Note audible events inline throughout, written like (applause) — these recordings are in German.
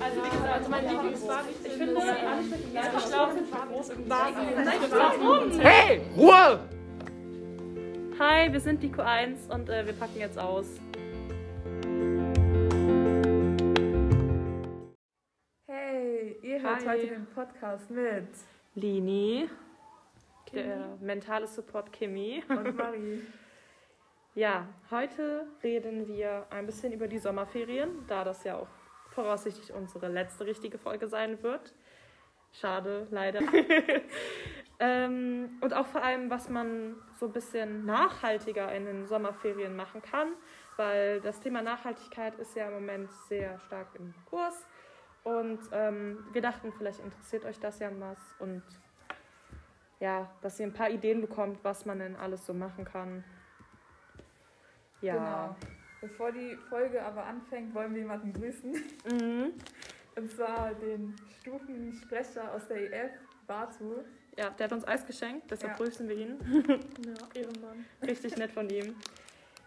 Also mein Lieblingsbarbie, ich finde, ich glaube, groß im Hey, Ruhe! Hi, wir sind die Q1 und äh, wir packen jetzt aus. Hey, ihr hört Hi. heute den Podcast mit Lini. Der mentale Support Kimi. (laughs) und Marie. Ja, heute reden wir ein bisschen über die Sommerferien, da das ja auch voraussichtlich unsere letzte richtige Folge sein wird. Schade, leider. ähm, und auch vor allem, was man so ein bisschen nachhaltiger in den Sommerferien machen kann, weil das Thema Nachhaltigkeit ist ja im Moment sehr stark im Kurs. Und ähm, wir dachten, vielleicht interessiert euch das ja was und ja, dass ihr ein paar Ideen bekommt, was man denn alles so machen kann. Ja. Genau. Bevor die Folge aber anfängt, wollen wir jemanden grüßen. Mhm. Und zwar den Stufensprecher aus der EF, Batu. Ja, der hat uns Eis geschenkt, deshalb Ja. grüßen wir ihn. Ja, Ehrenmann. Richtig nett von ihm.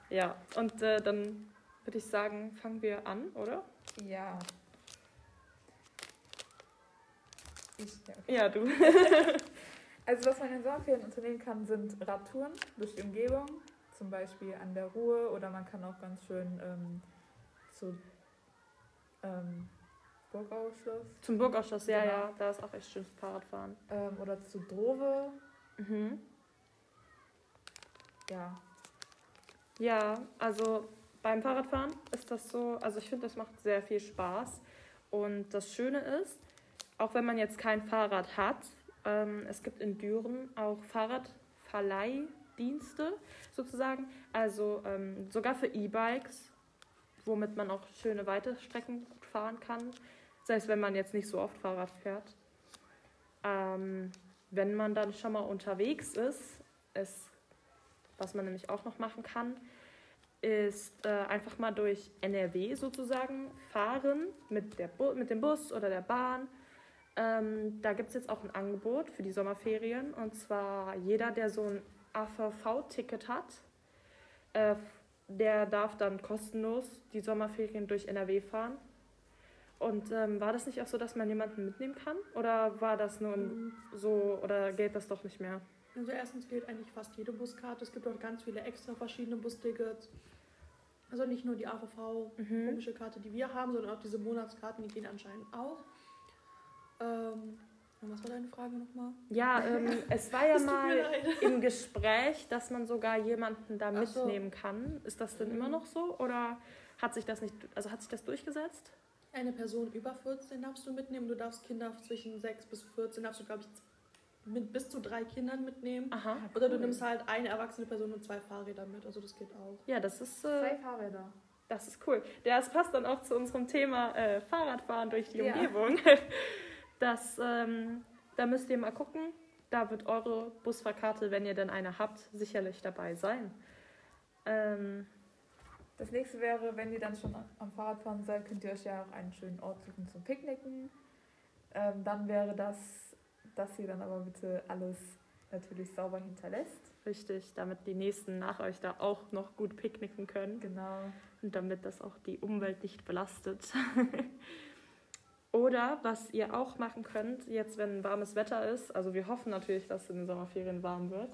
Ja, und äh, dann würde ich sagen, fangen wir an, oder? Ja. Ich, ja. Ja, (laughs) du. Also was man in Sommerferien unternehmen kann, sind Radtouren durch die Umgebung, zum Beispiel an der Ruhr oder man kann auch ganz schön ähm, zu ähm, Burgau-Schloss Zum Burgausschuss, ja, Genau. ja, da ist auch echt schönes Fahrradfahren. ähm, oder zu Drove. Mhm. Ja, Ja, also beim Fahrradfahren ist das so, also ich finde, das macht sehr viel Spaß. Und das Schöne ist, auch wenn man jetzt kein Fahrrad hat, ähm, es gibt in Düren auch Fahrradverleihdienste sozusagen, also ähm, sogar für E-Bikes, womit man auch schöne weite Strecken gut fahren kann, selbst wenn man jetzt nicht so oft Fahrrad fährt. Ähm, wenn man dann schon mal unterwegs ist, ist was man nämlich auch noch machen kann, ist äh, einfach mal durch NRW sozusagen fahren mit, der Bu mit dem Bus oder der Bahn. Ähm, da gibt es jetzt auch ein Angebot für die Sommerferien. Und zwar jeder, der so ein AVV-Ticket hat, äh, der darf dann kostenlos die Sommerferien durch NRW fahren. Und ähm, war das nicht auch so, dass man jemanden mitnehmen kann? Oder war das nur so, oder geht das doch nicht mehr? Mm, Also erstens gilt eigentlich fast jede Buskarte. Es gibt auch ganz viele extra verschiedene Bustickets. Also nicht nur die AVV, komische Karte, die wir haben, sondern auch diese Monatskarten, die gehen anscheinend auch. Ähm, und was war deine Frage nochmal? (laughs) Ja, ähm, es war ja Es tut mir mal leid. im Gespräch, dass man sogar jemanden da Ach so. Mhm. mitnehmen kann. Ist das denn immer noch so oder hat sich das nicht, also hat sich das durchgesetzt? Eine Person über 14 darfst du mitnehmen. Du darfst Kinder zwischen 6 bis 14, darfst du, glaube ich, mit bis zu drei Kindern mitnehmen. Aha. Oder du cool. nimmst halt eine erwachsene Person und zwei Fahrräder mit. Also das geht auch. Ja, das ist, zwei äh, Fahrräder. das ist cool. Ja, das passt dann auch zu unserem Thema äh, Fahrradfahren durch die Ja. (laughs) Umgebung. Das, ähm, da müsst ihr mal gucken. Da wird eure Busfahrkarte, wenn ihr denn eine habt, sicherlich dabei sein. Ähm, Das nächste wäre, wenn ihr dann schon am Fahrradfahren seid, könnt ihr euch ja auch einen schönen Ort suchen zum Picknicken. Ähm, dann wäre das, dass ihr dann aber bitte alles natürlich sauber hinterlässt. richtig, damit die Nächsten nach euch da auch noch gut picknicken können. Genau. und damit das auch die Umwelt nicht belastet. (laughs) Oder was ihr auch machen könnt, jetzt wenn warmes Wetter ist, also wir hoffen natürlich, dass es in den Sommerferien warm wird,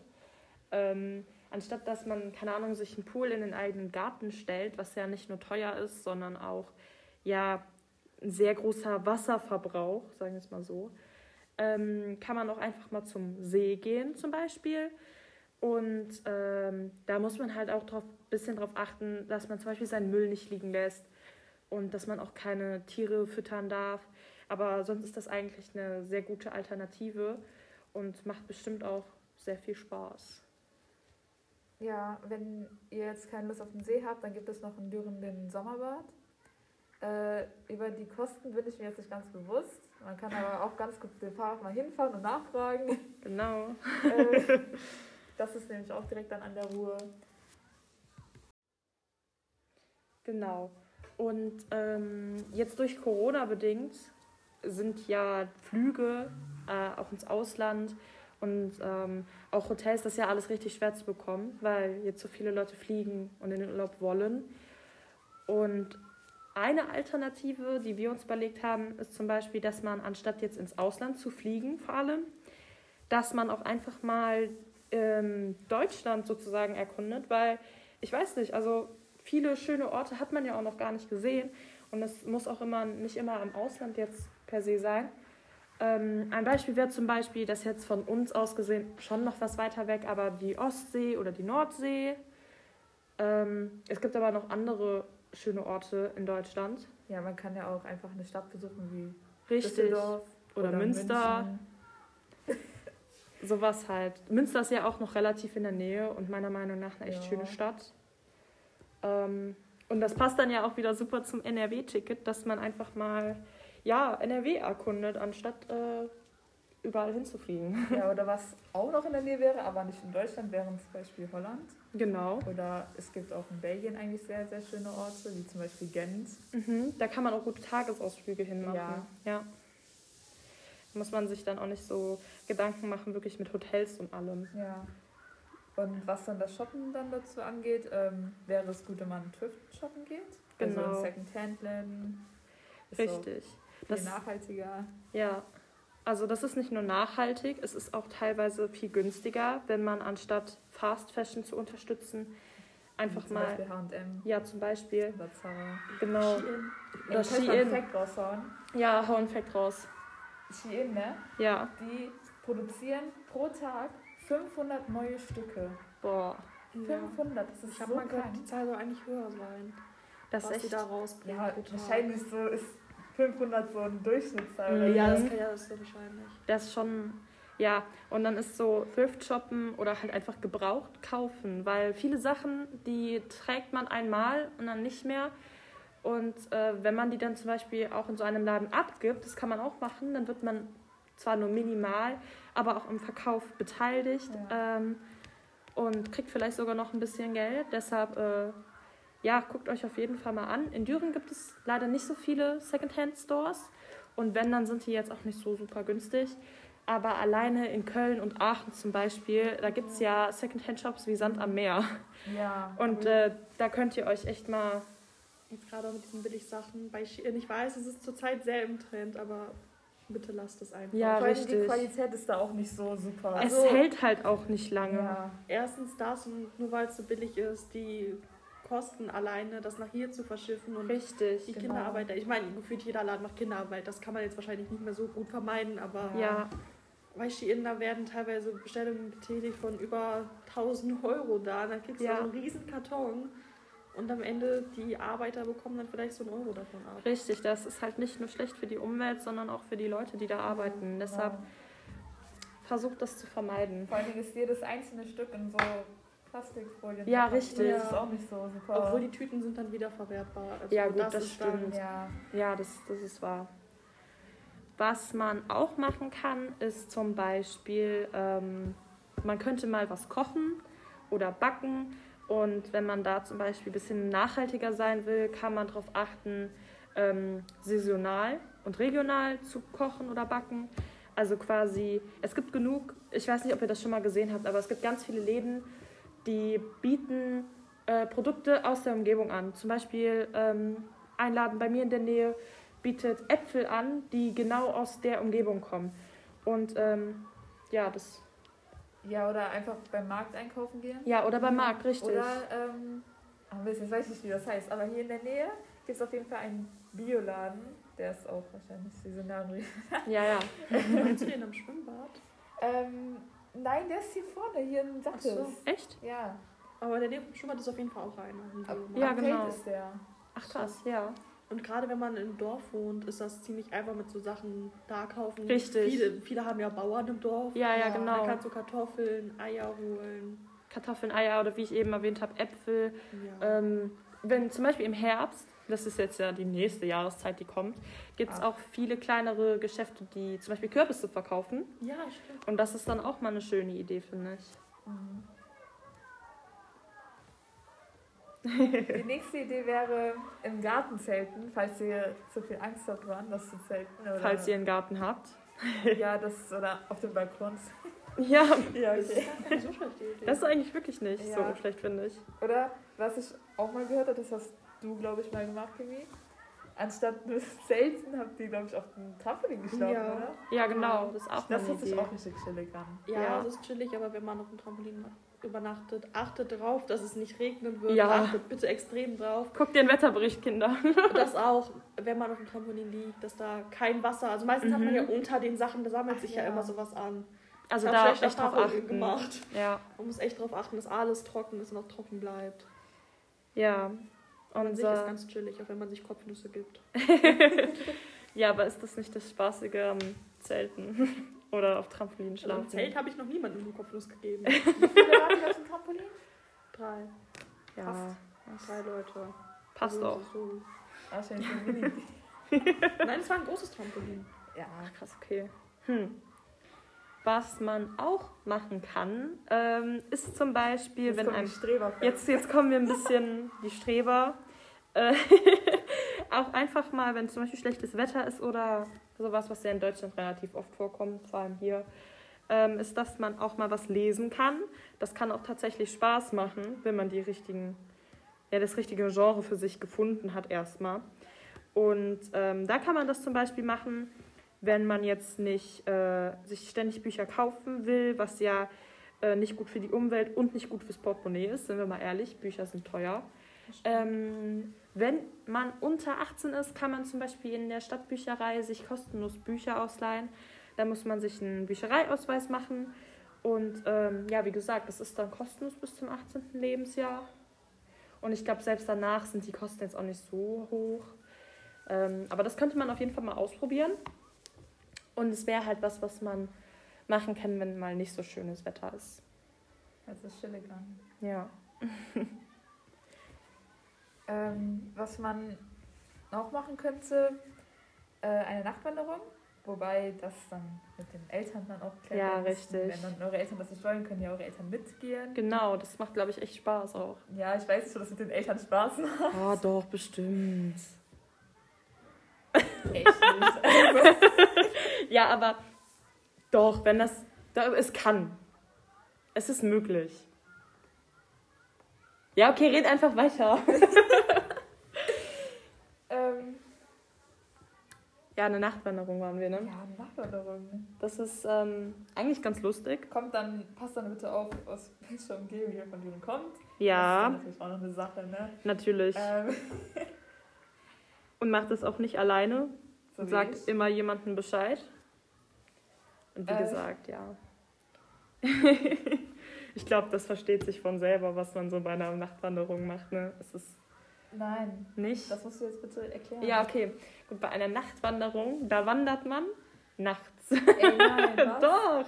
ähm, anstatt dass man, keine Ahnung, sich einen Pool in den eigenen Garten stellt, was ja nicht nur teuer ist, sondern auch ja ein sehr großer Wasserverbrauch, sagen wir es mal so, ähm, kann man auch einfach mal zum See gehen zum Beispiel. Und ähm, da muss man halt auch drauf, bisschen drauf achten, dass man zum Beispiel seinen Müll nicht liegen lässt und dass man auch keine Tiere füttern darf. Aber sonst ist das eigentlich eine sehr gute Alternative und macht bestimmt auch sehr viel Spaß. Ja, wenn ihr jetzt keine Lust auf den See habt, dann gibt es noch in Düren den Sommerbad. Äh, über die Kosten bin ich mir jetzt nicht ganz bewusst. Man kann aber auch ganz gut den Fahrrad mal hinfahren und nachfragen. Genau. Äh, das ist nämlich auch direkt dann an der Ruhe. Genau. Und ähm, jetzt durch Corona bedingt sind ja Flüge äh, auch ins Ausland und ähm, auch Hotels, das ist ja alles richtig schwer zu bekommen, weil jetzt so viele Leute fliegen und in den Urlaub wollen. Und Eine Alternative, die wir uns überlegt haben, ist zum Beispiel, dass man anstatt jetzt ins Ausland zu fliegen, vor allem, dass man auch einfach mal ähm, Deutschland sozusagen erkundet, weil ich weiß nicht, also viele schöne Orte hat man ja auch noch gar nicht gesehen und es muss auch immer nicht immer im Ausland jetzt per se sein. Ähm, ein Beispiel wäre zum Beispiel, dass jetzt von uns aus gesehen schon noch was weiter weg, aber die Ostsee oder die Nordsee. Ähm, es gibt aber noch andere schöne Orte in Deutschland. Ja, man kann ja auch einfach eine Stadt besuchen wie Richtig. Oder, Düsseldorf Münster. München. Sowas halt. Münster ist ja auch noch relativ in der Nähe und meiner Meinung nach eine echt Ja. schöne Stadt. Ähm, und das passt dann ja auch wieder super zum NRW-Ticket, dass man einfach mal ja, NRW erkundet, anstatt äh, überall hinzufliegen. (laughs) Ja, oder was auch noch in der Nähe wäre, aber nicht in Deutschland, wären zum Beispiel Holland. Genau. Oder es gibt auch in Belgien eigentlich sehr, sehr schöne Orte, wie zum Beispiel Gent. Mhm, da kann man auch gute Tagesausflüge hinmachen. Ja. Da muss man sich dann auch nicht so Gedanken machen, wirklich mit Hotels und allem. Ja. Und was dann das Shoppen dann dazu angeht, ähm, wäre es gut, wenn man Thrift shoppen geht. Genau. Also in Secondhand-Läden. Ist Genau. Richtig. Auch Das- viel nachhaltiger. Ja. Also das ist nicht nur nachhaltig, es ist auch teilweise viel günstiger, wenn man anstatt Fast Fashion zu unterstützen, einfach zum mal. Beispiel H&M Ja, zum Beispiel. oder Zara. Genau. Shein. Oder Ey, kann ich mal Shein. einen Fact raushauen? Ja, hau ein Fact raus. Shein, ne? Ja. Die produzieren pro Tag 500 neue Stücke. Boah. Ja. 500, das ist Ich habe so mal gehört, krank. die Zahl soll eigentlich höher sein. Das was ist sie echt. da rausbringen. Ja, pro Tag. wahrscheinlich so ist 500 so ein Durchschnittszahl. Mhm. oder? Ja, das kann ja das ist so wahrscheinlich. Das ist schon, ja. Und dann ist so Thrift-Shoppen oder halt einfach gebraucht kaufen, weil viele Sachen, die trägt man einmal und dann nicht mehr. Und äh, wenn man die dann zum Beispiel auch in so einem Laden abgibt, das kann man auch machen, dann wird man zwar nur minimal, aber auch im Verkauf beteiligt ähm, und kriegt vielleicht sogar noch ein bisschen Geld. Deshalb, äh, ja, guckt euch auf jeden Fall mal an. In Düren gibt es leider nicht so viele Secondhand-Stores. Und wenn, dann sind die jetzt auch nicht so super günstig. Aber alleine in Köln und Aachen zum Beispiel, da gibt es ja Secondhand-Shops wie Sand am Meer. Ja. Und äh, da könnt ihr euch echt mal. Jetzt gerade auch mit diesen Billigsachen bei Shein. Ich weiß, es ist zurzeit sehr im Trend, aber bitte lasst es einfach. Ja, Vor allem die richtig. Qualität ist da auch nicht so super. genau. Also- es hält halt auch nicht lange. ja. Erstens das und nur weil es so billig ist, die Kosten alleine, das nach hier zu verschiffen und Richtig. die genau. Kinderarbeit. da- Ich meine, gefühlt jeder Laden macht Kinderarbeit. Das kann man jetzt wahrscheinlich nicht mehr so gut vermeiden, aber Ja, bei Shein, da werden teilweise Bestellungen getätigt von über 1000 Euro da. Dann kriegst Ja. du so einen riesen Karton und am Ende die Arbeiter bekommen dann vielleicht so einen Euro davon ab. richtig. Das ist halt nicht nur schlecht für die Umwelt, sondern auch für die Leute, die da arbeiten. Deshalb Ja. versucht das zu vermeiden. Vor allem ist jedes einzelne Stück in so Plastikfolien. Ja, verpackt. richtig. Das ist auch nicht so super. Obwohl die Tüten sind dann wieder verwertbar. Also Ja, gut, das ist (laughs) stimmt. ja. Ja, das, das ist wahr. Was man auch machen kann, ist zum Beispiel, ähm, man könnte mal was kochen oder backen. Und wenn man da zum Beispiel ein bisschen nachhaltiger sein will, kann man darauf achten, ähm, saisonal und regional zu kochen oder backen. Also quasi, es gibt genug, ich weiß nicht, ob ihr das schon mal gesehen habt, aber es gibt ganz viele Läden, die bieten äh, Produkte aus der Umgebung an. Zum Beispiel ähm, ein Laden bei mir in der Nähe bietet Äpfel an, die genau aus der Umgebung kommen. Und ähm, ja, das. ja, oder einfach beim Markt einkaufen gehen. Ja, oder beim Markt, richtig. Oder, ähm, ah, Mist, jetzt weiß ich nicht, wie das heißt, aber hier in der Nähe gibt es auf jeden Fall einen Bioladen. Der ist auch wahrscheinlich saisonal. und regional. (laughs) ja, ja. Meinst du den am Schwimmbad? Ähm, nein, der ist hier vorne, hier im Sattes. Ach so. Echt? Ja, Aber der Nähe vom Schwimmbad ist auf jeden Fall auch einer. ab, Ja, ab genau. ist der. Ach krass, ja. Und gerade wenn man im Dorf wohnt, ist das ziemlich einfach mit so Sachen da kaufen. Richtig. Viele, viele haben ja Bauern im Dorf. Ja, ja, Ja, Da genau. kannst du Kartoffeln, Eier holen. Kartoffeln, Eier oder wie ich eben erwähnt habe, Äpfel. Ja. Ähm, wenn zum Beispiel im Herbst, das ist jetzt ja die nächste Jahreszeit, die kommt, gibt es Ah. auch viele kleinere Geschäfte, die zum Beispiel Kürbisse verkaufen. ja, stimmt. Und das ist dann auch mal eine schöne Idee, finde ich. Mhm. Die nächste Idee wäre im Garten zelten, falls ihr zu viel Angst habt, woanders zu zelten. Oder, Falls ihr einen Garten habt. Ja, das, oder auf dem Balkon. Ja, (laughs) Ja, Das ist gar keine so schlechte Idee. das ist eigentlich wirklich nicht Ja. so schlecht, finde ich. Oder was ich auch mal gehört habe, das hast du, glaube ich, mal gemacht, Kimi. Anstatt (laughs) des Zelten habt ihr, glaube ich, auf dem Trampolin geschlafen, Ja. oder? Ja, genau. Das ist auch Das meine hört sich Idee. auch richtig chillig an. Ja, Ja. das ist chillig, aber wenn man auf dem Trampolin übernachtet, achtet darauf, dass es nicht regnen wird. Ja. Achtet bitte extrem drauf. (laughs) Guckt den Wetterbericht, Kinder. dass auch, wenn man auf dem Trampolin liegt, dass da kein Wasser, also meistens hat man Mhm. ja unter den Sachen, da sammelt Ach sich ja, ja. immer sowas an. Also Ich hab da schlechte echt drauf Erfahrungen achten. gemacht. Ja, Man muss echt drauf achten, dass alles trocken ist und auch trocken bleibt. ja. äh, An sich ist Unser, ganz chillig, auch wenn man sich Kopfnüsse gibt. Also ja, aber ist das nicht das Spaßige am Zelten? (laughs) Oder auf Trampolin Also schlafen? Im Zelt habe ich noch niemandem einen Kopfnuss (laughs) gegeben. Wie viele waren die auf dem Trampolin? drei, ja, Passt. drei Leute. passt Also auch. So. Wahrscheinlich ein Mini. Nein, es war ein großes Trampolin. Ja. Ach, krass, okay. Hm. Was man auch machen kann, ähm, ist zum Beispiel, Jetzt wenn kommt die einem Streber Jetzt, jetzt kommen wir ein bisschen die Streber. Äh, (laughs) auch einfach mal, wenn zum Beispiel schlechtes Wetter ist oder sowas, was ja in Deutschland relativ oft vorkommt, vor allem hier, ähm, ist, dass man auch mal was lesen kann. Das kann auch tatsächlich Spaß machen, wenn man die richtigen, ja, das richtige Genre für sich gefunden hat erstmal. Und ähm, da kann man das zum Beispiel machen, wenn man jetzt nicht äh, sich ständig Bücher kaufen will, was ja äh, nicht gut für die Umwelt und nicht gut fürs Portemonnaie ist, sind wir mal ehrlich, Bücher sind teuer. Ähm, wenn man unter 18 ist, kann man zum Beispiel in der Stadtbücherei sich kostenlos Bücher ausleihen. Da muss man sich einen Büchereiausweis machen. Und ähm, ja, wie gesagt, das ist dann kostenlos bis zum 18. Lebensjahr. Und ich glaube, selbst danach sind die Kosten jetzt auch nicht so hoch. Ähm, aber das könnte man auf jeden Fall mal ausprobieren. Und es wäre halt was, was man machen kann, wenn mal nicht so schönes Wetter ist. Hört sich chillig an. Ja. Ähm, was man noch machen könnte, äh, eine Nachtwanderung. Wobei das dann mit den Eltern dann auch klärt Ja, werden müssen. richtig. Wenn dann eure Eltern das nicht wollen, können ja eure Eltern mitgehen. Genau, das macht, glaube ich, echt Spaß auch. Ja, ich weiß nicht, ob das mit den Eltern Spaß macht. Ah, doch, bestimmt. Echt nicht. (laughs) (laughs) Ja, aber doch, wenn das. Da, es kann. Es ist möglich. Ja, okay, red einfach weiter. ähm, Ja, eine Nachtwanderung waren wir, ne? ja, eine Nachtwanderung. Das ist ähm, eigentlich ganz lustig. Kommt dann, passt dann bitte auf, (laughs) aus welcher Umgebung ihr von Düren kommt. Das Ja, ist dann natürlich auch noch eine Sache, ne? äh, natürlich. Ähm, Und macht das auch nicht alleine. so Und wie ich. sagt immer jemandem Bescheid. Und wie Äh. gesagt, ja. (laughs) ich glaube, das versteht sich von selber, was man so bei einer Nachtwanderung macht, ne? Es ist Nein, nicht. das musst du jetzt bitte erklären. Ja, okay. Gut, bei einer Nachtwanderung, da wandert man nachts. Ey, nein, (laughs) was? Doch!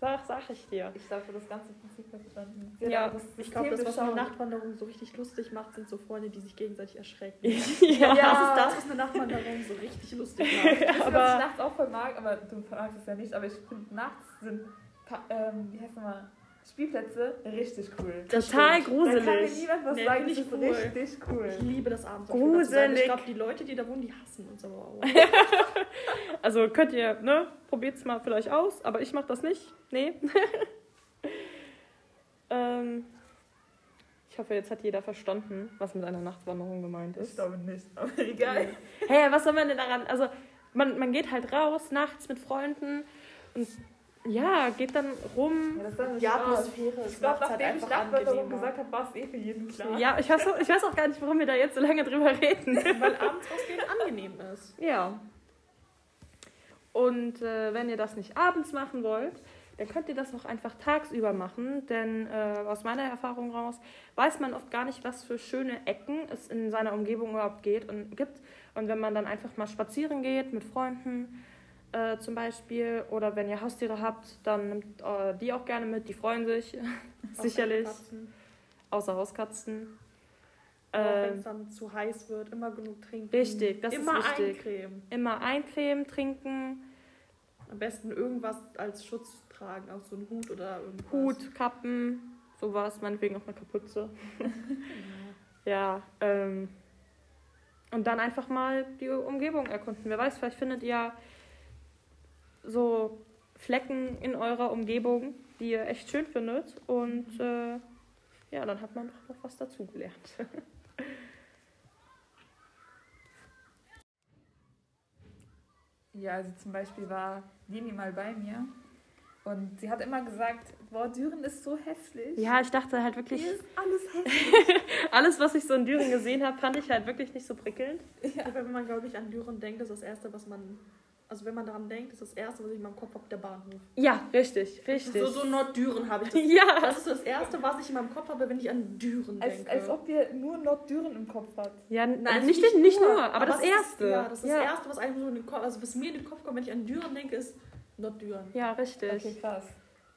Sag, sag ich dir. Ich dachte, das ganze Prinzip verstanden. Genau, Ja, das Ich glaube, das, was System eine beschauen. Nachtwanderung so richtig lustig macht, sind so Freunde, die sich gegenseitig erschrecken. (laughs) ja. (laughs) Das ist das, was eine Nachtwanderung so richtig lustig macht. Das, aber- was ich nachts auch voll mag, aber du magst es ja nicht, aber ich finde nachts sind, Pa- ähm, wie heißt nochmal, Spielplätze richtig cool. Total Da kann mir gruselig. niemand was Nee, sagen, find das ich ist cool. richtig Ich (laughs) cool. liebe das abends. auf jeden Fall zu sein. Ich Gruselig. glaube, die Leute, die da wohnen, die hassen uns aber auch. Also könnt ihr, ne? Probiert's mal vielleicht aus, aber ich mach das nicht. Nee. (laughs) ähm, ich hoffe, jetzt hat jeder verstanden, was mit einer Nachtwanderung gemeint Ich ist. glaube nicht, aber (laughs) egal. Hey, was soll man denn daran? Also, man, man geht halt raus nachts mit Freunden und ja, geht dann rum. Ja, das ist dann Die Spaß. Atmosphäre ist Ich glaube, nachts nachdem halt ich einfach Nachtwanderung angenehmer. gesagt habe, war es eh für jeden klar. Ja, ich weiß, auch- ich weiß auch gar nicht, warum wir da jetzt so lange drüber reden. Weil abends rausgehen angenehm ist. Ja. Und äh, wenn ihr das nicht abends machen wollt, dann könnt ihr das auch einfach tagsüber machen, denn äh, aus meiner Erfahrung raus weiß man oft gar nicht, was für schöne Ecken es in seiner Umgebung überhaupt geht und gibt. Und wenn man dann einfach mal spazieren geht mit Freunden äh, zum Beispiel oder wenn ihr Haustiere habt, dann nimmt äh, die auch gerne mit, die freuen sich (laughs) sicherlich, Auch wenn außer Hauskatzen. Äh, es dann zu heiß wird, immer genug trinken. richtig, das ist immer wichtig. eincremen. immer eincremen, trinken. Am besten irgendwas als Schutz tragen, auch so einen Hut oder irgendwas. Hut, Kappen, sowas, meinetwegen auch eine Kapuze. Genau. ja, ähm, und dann einfach mal die Umgebung erkunden. Wer weiß, vielleicht findet ihr so Flecken in eurer Umgebung, die ihr echt schön findet. Und äh, ja, (laughs) dann hat man doch noch was dazugelernt. Ja, also zum Beispiel war Lini mal bei mir und sie hat immer gesagt, boah, Düren ist so hässlich. Ja, ich dachte halt wirklich, Hier ist alles hässlich. alles, was ich so in Düren gesehen habe, fand ich halt wirklich nicht so prickelnd. Aber Wenn man, glaube ich, an Düren denkt, ist das Erste, was man. Also, wenn man daran denkt, ist das Erste, was ich in meinem Kopf habe, der Bahnhof. Ja, richtig, richtig. So, so Norddüren habe ich. Das. (laughs) ja. das ist so das Erste, was ich in meinem Kopf habe, wenn ich an Düren Als, denke. als ob ihr nur Norddüren im Kopf habt. Ja, also Nein, nicht, nicht, nur, aber, das es Erste. Ist, ja, das ist das Erste, was, einem so in den Kopf, also was mir in den Kopf kommt, wenn ich an Düren denke, ist Norddüren. Ja, richtig. Okay, krass.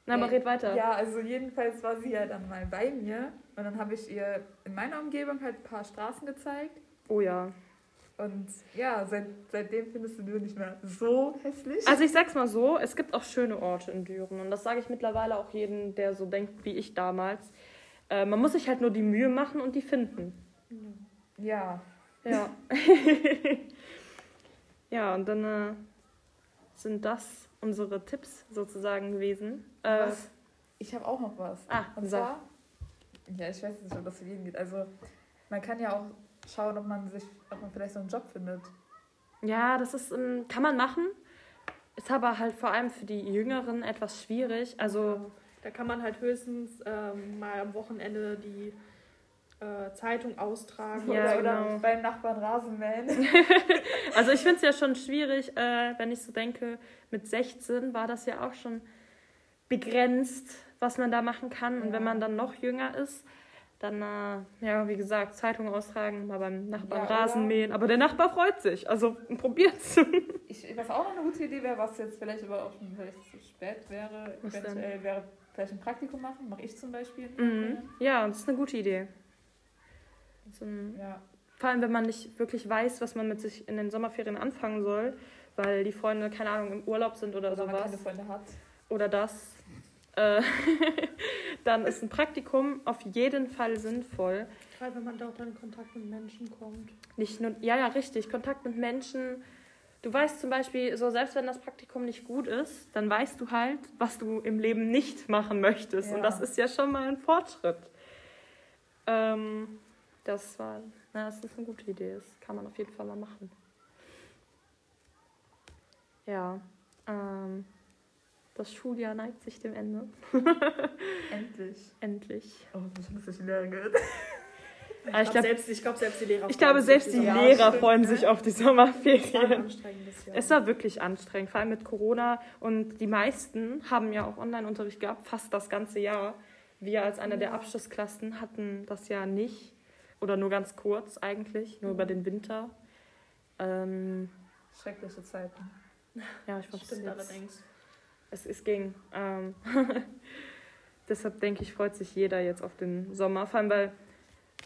Na, aber red weiter. Ja, also jedenfalls war sie ja dann mal bei mir und dann habe ich ihr in meiner Umgebung halt ein paar Straßen gezeigt Oh ja. und ja, seit, seitdem findest du Düren nicht mehr so hässlich. Also ich sag's mal so, es gibt auch schöne Orte in Düren und das sage ich mittlerweile auch jedem, der so denkt wie ich damals. Äh, man muss sich halt nur die Mühe machen und die finden. ja, Ja. (laughs) ja, und dann äh, sind das unsere Tipps sozusagen gewesen. Äh, Was? Ich habe auch noch was. Ah, Und sag. zwar, ja, ich weiß nicht, ob das für jeden geht. Also, man kann ja auch schauen, ob man sich, ob man vielleicht so einen Job findet. Ja, das ist, ähm, kann man machen. Ist aber halt vor allem für die Jüngeren etwas schwierig. Also, Da kann man halt höchstens ähm, mal am Wochenende die äh, Zeitung austragen. Ja, oder, oder genau. beim Nachbarn Rasen mähen. (laughs) also ich finde es ja schon schwierig, äh, wenn ich so denke, mit 16 war das ja auch schon begrenzt, was man da machen kann. Und Ja. wenn man dann noch jünger ist, dann, äh, ja, wie gesagt, Zeitung austragen, mal beim Nachbarn Ja, oder- Rasen mähen. Aber der Nachbar freut sich, also (laughs) probiert's. Ich, was auch noch eine gute Idee wäre, was jetzt vielleicht aber auch schon vielleicht zu spät wäre, Was denn? eventuell wäre vielleicht ein Praktikum machen, mache ich zum Beispiel. mhm. Ja, das ist eine gute Idee. So ein Ja. Vor allem, wenn man nicht wirklich weiß, was man mit sich in den Sommerferien anfangen soll, weil die Freunde, keine Ahnung, im Urlaub sind oder, Oder man sowas. keine Freunde hat. Oder das. Äh, (laughs) dann ist ein Praktikum auf jeden Fall sinnvoll. Gerade wenn man dort dann in Kontakt mit Menschen kommt. Nicht nur, ja, ja, richtig, Kontakt mit Menschen. Du weißt zum Beispiel, so selbst wenn das Praktikum nicht gut ist, dann weißt du halt, was du im Leben nicht machen möchtest. Ja. Und das ist ja schon mal ein Fortschritt. Ähm, das war, na, das ist eine gute Idee. Das kann man auf jeden Fall mal machen. Ja, ähm, das Schuljahr neigt sich dem Ende. Endlich. Endlich. Oh, das ist nicht leer geht. Ah, ich Ich glaub- glaube, selbst, ich glaub, selbst die Lehrer. Ich glaube, freuen sich selbst die über- Ja, Lehrer stimmt, freuen ne? sich auf die Es war ein Sommerferien. anstrengendes Jahr. Es war wirklich anstrengend, vor allem mit Corona. Und die meisten haben ja auch Online-Unterricht gehabt, fast das ganze Jahr. Wir als eine der Ja. Abschlussklassen hatten das Jahr nicht. Oder nur ganz kurz eigentlich, nur über den Winter. Ähm, Schreckliche Zeiten. ja, ich fand Stimmt es allerdings. es, es ging. Ähm, (laughs) deshalb denke ich, freut sich jeder jetzt auf den Sommer. Vor allem, weil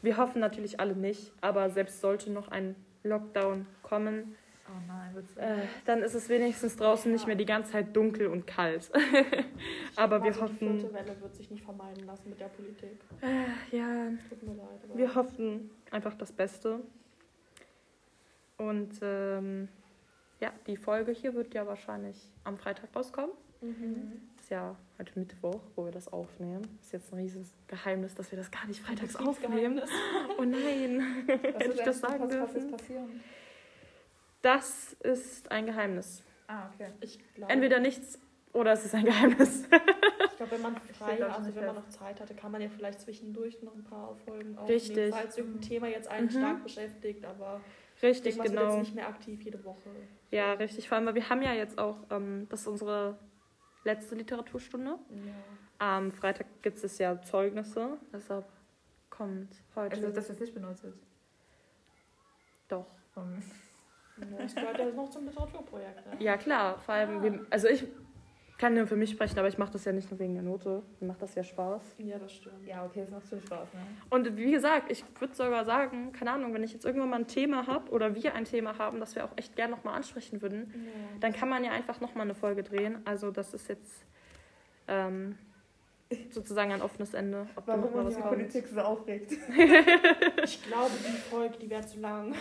wir hoffen natürlich alle nicht, aber selbst sollte noch ein Lockdown kommen, Oh nein, wird's äh, (laughs) dann ist es wenigstens draußen nicht mehr die ganze Zeit dunkel und kalt. (laughs) aber wir Also, Die vierte hoffen, äh, Welle wird sich nicht vermeiden lassen mit der Politik. ja, Tut mir leid. aber- wir hoffen einfach das Beste. Und ähm, ja, die Folge hier wird ja wahrscheinlich am Freitag rauskommen. Mhm. Ist ja heute Mittwoch, wo wir das aufnehmen. Ist jetzt ein riesiges Geheimnis, dass wir das gar nicht freitags aufnehmen. Betriebsgeheimnis. Oh nein. Was Hätte ich wird das eigentlich sagen pass- was dürfen? jetzt passieren? Das ist ein Geheimnis. Ah, okay. Ich glaube, Entweder nichts oder es ist ein Geheimnis. ich glaube, wenn man frei, glaub ich, also nicht wenn man fest. noch Zeit hatte, kann man ja vielleicht zwischendurch noch ein paar Folgen aufnehmen. Richtig. Falls irgendein Thema jetzt einen Mhm. stark beschäftigt, aber ich Richtig, denke, man wird genau. jetzt nicht mehr aktiv jede Woche. ne? Ja, richtig. Vor allem, weil wir haben ja jetzt auch, ähm, das ist unsere letzte Literaturstunde. Ja. Am Freitag gibt es ja Zeugnisse. Deshalb kommt heute Also, das wird nicht benutzt. doch. Um, Das gehört ja (laughs) noch zum Literaturprojekt. Ne? Ja, klar. Vor allem, wir, also ich kann nur für mich sprechen, aber ich mache das ja nicht nur wegen der Note. Mir macht das ja Spaß. Ja, das stimmt. ja, okay, das macht schon Spaß, ne? Und wie gesagt, ich würde sogar sagen, keine Ahnung, wenn ich jetzt irgendwann mal ein Thema habe oder wir ein Thema haben, das wir auch echt gern nochmal ansprechen würden, Ja. dann kann man ja einfach nochmal eine Folge drehen. Also das ist jetzt ähm, sozusagen ein offenes Ende. Ob da noch Warum mal uns die Politik so aufregt. Ich glaube, die Folge, die wäre zu lang.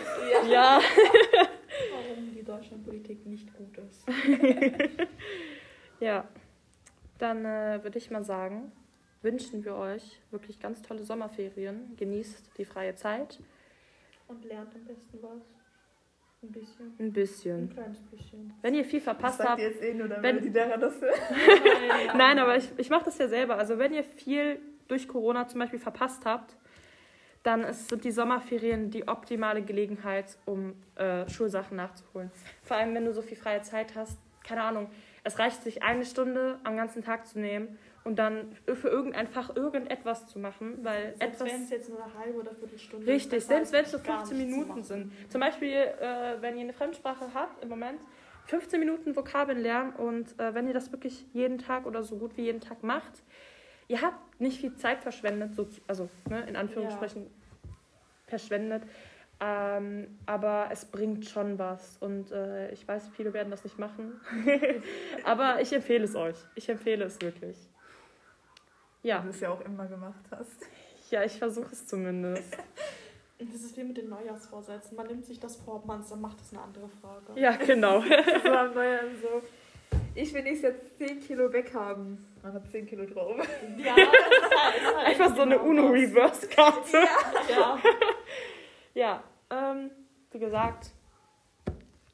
Ja. Warum die Deutschlandpolitik nicht gut ist. ja. Dann äh, würde ich mal sagen, wünschen wir euch wirklich ganz tolle Sommerferien. Genießt die freie Zeit. Und lernt am besten was. Ein bisschen. Ein Ein bisschen. kleines bisschen. Wenn ihr viel Was verpasst sagt habt. ihr jetzt eh nur, damit wenn- die Lehrer das hören? (laughs) Nein, aber ich, ich mache das ja selber. Also wenn ihr viel durch Corona zum Beispiel verpasst habt, dann ist, sind die Sommerferien die optimale Gelegenheit, um äh, Schulsachen nachzuholen. Vor allem, wenn du so viel freie Zeit hast. Keine Ahnung, es reicht sich eine Stunde am ganzen Tag zu nehmen und dann für irgendein Fach irgendetwas zu machen, weil Selbst etwas... wenn es jetzt nur eine halbe oder Viertelstunde Richtig, ist, dann selbst wenn es weiß nur ich gar 15 nichts zu Minuten machen. sind. Zum Beispiel, äh, wenn ihr eine Fremdsprache habt im Moment, 15 Minuten Vokabeln lernen und äh, wenn ihr das wirklich jeden Tag oder so gut wie jeden Tag macht, ihr habt nicht viel Zeit verschwendet, so, zu- also ne, in Anführungsstrichen verschwendet, ähm, aber es bringt schon was und äh, ich weiß, viele werden das nicht machen, (laughs) aber ich empfehle es euch. Ich empfehle es wirklich. Weil Ja, du es ja auch immer gemacht (laughs) hast. ja, ich versuche es zumindest. Und Das ist wie mit den Neujahrsvorsätzen. Man nimmt sich das vor, ob man es dann macht, ist eine andere Frage. Ja, genau. So am Neujahr so. Ich will nächstes jetzt 10 Kilo weghaben. Man hat 10 Kilo drauf. Ja, das ist halt- ist halt Einfach so eine genau das. Uno-Reverse-Karte. Ja. Ja, ähm, wie gesagt,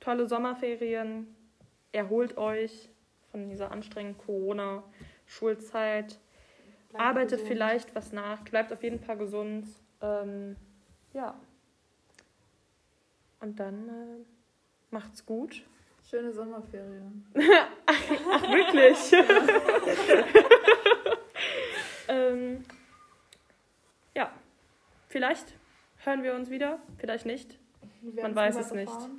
tolle Sommerferien. Erholt euch von dieser anstrengenden Corona-Schulzeit. Bleibt Arbeitet gesund. vielleicht was nach. Bleibt auf jeden Fall gesund. Ähm, ja. Und dann äh, macht's gut. Schöne Sommerferien. Ach, wirklich. (laughs) ähm, ja, vielleicht hören wir uns wieder, vielleicht nicht. Wir Man werden's weiß niemals es nicht.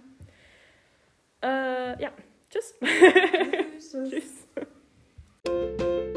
erfahren. Äh, ja, tschüss. Tschüss. tschüss.